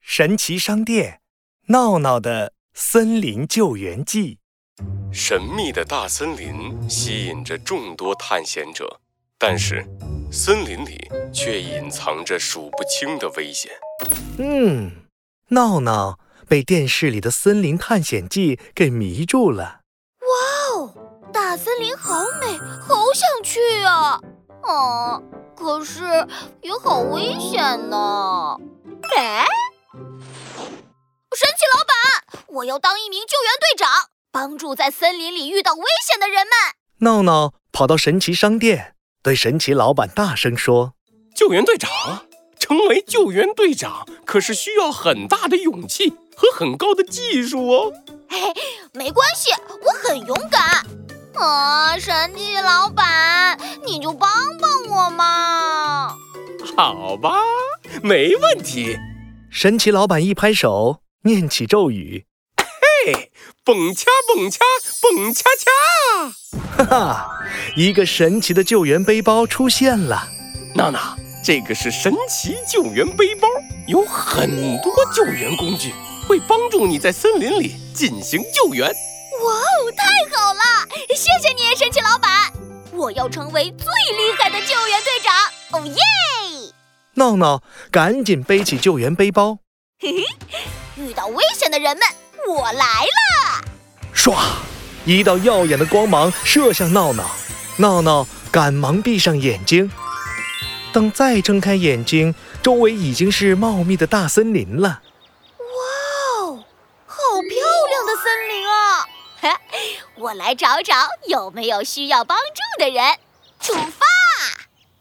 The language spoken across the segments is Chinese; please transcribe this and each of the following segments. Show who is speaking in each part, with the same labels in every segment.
Speaker 1: 神奇商店》闹闹的森林救援记。
Speaker 2: 神秘的大森林吸引着众多探险者，但是森林里却隐藏着数不清的危险。
Speaker 1: 嗯，闹闹被电视里的森林探险记给迷住了。
Speaker 3: 哇哦，大森林好美，好想去啊！哦，可是也好危险呢。哎，神奇老板，我要当一名救援队长，帮助在森林里遇到危险的人们。
Speaker 1: 闹闹跑到神奇商店，对神奇老板大声说
Speaker 4: 救援队长，成为救援队长可是需要很大的勇气和很高的技术哦。
Speaker 3: 没关系，我很勇敢。啊，神奇老板，你就帮帮我嘛！
Speaker 4: 好吧，没问题。：“
Speaker 1: 神奇老板一拍手，念起咒语，
Speaker 4: 蹦恰蹦恰蹦恰恰。
Speaker 1: 哈哈，一个神奇的救援背包出现了。
Speaker 4: 娜娜，这个是神奇救援背包，有很多救援工具，会帮助你在森林里进行救援。
Speaker 3: 哇哦，太好了！谢谢你，神奇老板。我要成为最厉害的救援队长！哦耶！
Speaker 1: 闹闹赶紧背起救援背包，
Speaker 3: 遇到危险的人们，我来了！
Speaker 1: 唰，一道耀眼的光芒射向闹闹，闹闹赶忙闭上眼睛。等再睁开眼睛，周围已经是茂密的大森林了。
Speaker 3: 哦，好漂亮的森林啊！ 嘿，我来找找有没有需要帮助的人。出发！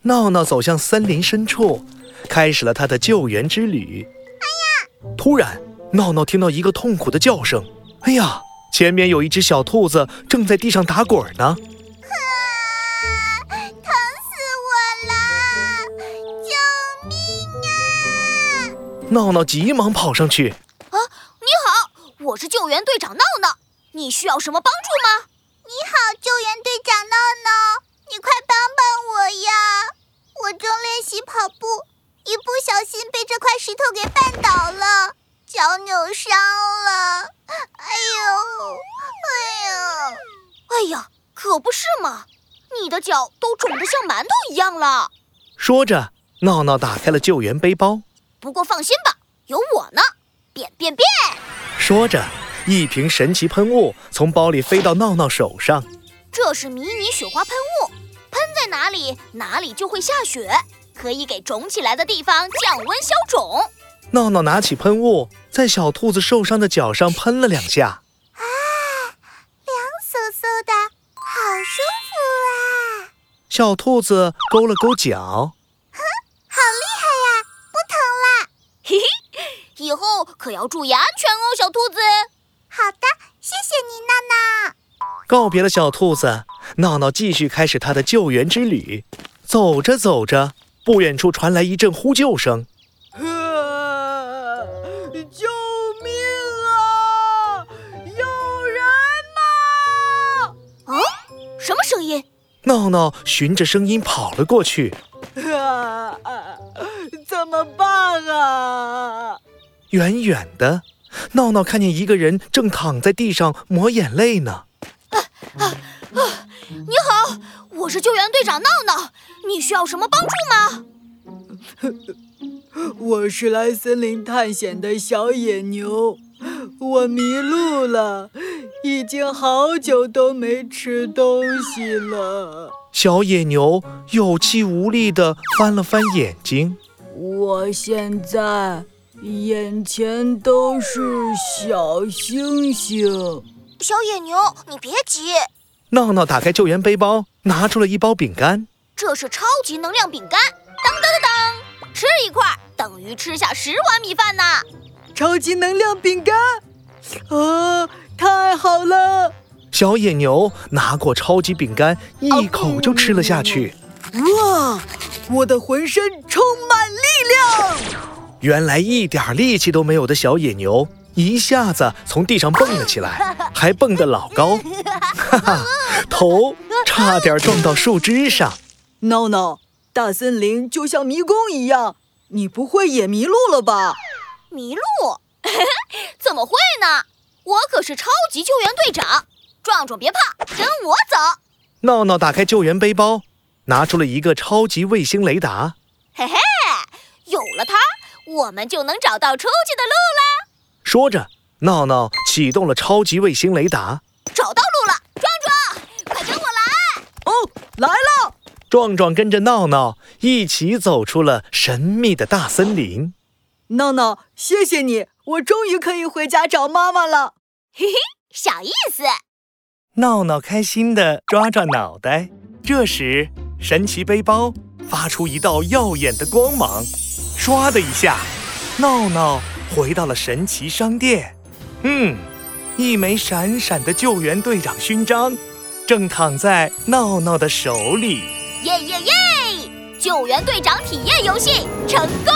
Speaker 1: 闹闹走向森林深处，开始了他的救援之旅。哎呀！突然，闹闹听到一个痛苦的叫声。哎呀！前面有一只小兔子正在地上打滚呢。
Speaker 3: 疼死我了！救命啊！
Speaker 1: 闹闹急忙跑上去，
Speaker 3: 啊，你好，我是救援队长闹闹，你需要什么帮助吗？你好，救援队长闹闹，你快帮帮我呀！我正练习跑步，一不小心被这块石头给绊倒了，脚扭伤了。哎呦，哎呦，哎呀，可不是嘛！你的脚都肿得像馒头一样了。
Speaker 1: 说着，闹闹打开了救援背包。
Speaker 3: 不过放心吧，有我呢，变变变！
Speaker 1: 说着，一瓶神奇喷雾从包里飞到闹闹手上。
Speaker 3: 这是迷你雪花喷雾，喷在哪里，哪里就会下雪，可以给肿起来的地方降温消肿。
Speaker 1: 闹闹拿起喷雾，在小兔子受伤的脚上喷了两下。
Speaker 3: 嗖嗖的，好舒服啊！
Speaker 1: 小兔子勾了勾脚。
Speaker 3: 以后可要注意安全哦，小兔子。好的，谢谢你，娜娜。
Speaker 1: 告别了小兔子，闹闹继续开始他的救援之旅。走着走着，不远处传来一阵呼救声。
Speaker 5: 救命啊！有人吗？
Speaker 3: 哦什么声音？
Speaker 1: 闹闹循着声音跑了过去，
Speaker 5: 啊， 怎么办啊？
Speaker 1: 远远的，闹闹看见一个人正躺在地上抹眼泪呢。
Speaker 3: 你好，我是救援队长闹闹，你需要什么帮助吗？
Speaker 5: 我是来森林探险的小野牛，我迷路了，已经好久都没吃东西了。
Speaker 1: 小野牛有气无力地翻了翻眼睛。
Speaker 5: 我现在眼前都是小星星。
Speaker 3: 小野牛，你别急，
Speaker 1: 闹闹打开救援背包，拿出了一包饼干。
Speaker 3: 这是超级能量饼干，当当当当，吃一块儿等于吃下十碗米饭呢。
Speaker 5: 超级能量饼干，啊，太好了！
Speaker 1: 小野牛拿过超级饼干，一口就吃了下去。
Speaker 5: 哇，我的浑身充满力量！
Speaker 1: 原来一点儿力气都没有的小野牛，一下子从地上蹦了起来，还蹦得老高，哈哈，头差点撞到树枝上。
Speaker 5: 闹闹，大森林就像迷宫一样，你不会也迷路了吧？
Speaker 3: 迷路， 怎么会呢？我可是超级救援队长，壮壮别怕，跟我走。
Speaker 1: 闹闹打开救援背包，拿出了一个超级卫星雷达。
Speaker 3: 嘿嘿，有了它，我们就能找到出去的路了。
Speaker 1: 说着，闹闹启动了超级卫星雷达。
Speaker 3: 找到路了，壮壮，快跟我来！
Speaker 5: 哦，来了！
Speaker 1: 壮壮跟着闹闹一起走出了神秘的大森林。
Speaker 5: 闹闹，谢谢你，我终于可以回家找妈妈了。
Speaker 3: 小意思，
Speaker 1: 闹闹开心地抓抓脑袋。这时，神奇背包发出一道耀眼的光芒，唰的一下，闹闹回到了神奇商店。嗯，一枚闪闪的救援队长勋章正躺在闹闹的手里。
Speaker 3: 耶耶耶！救援队长体验游戏成功。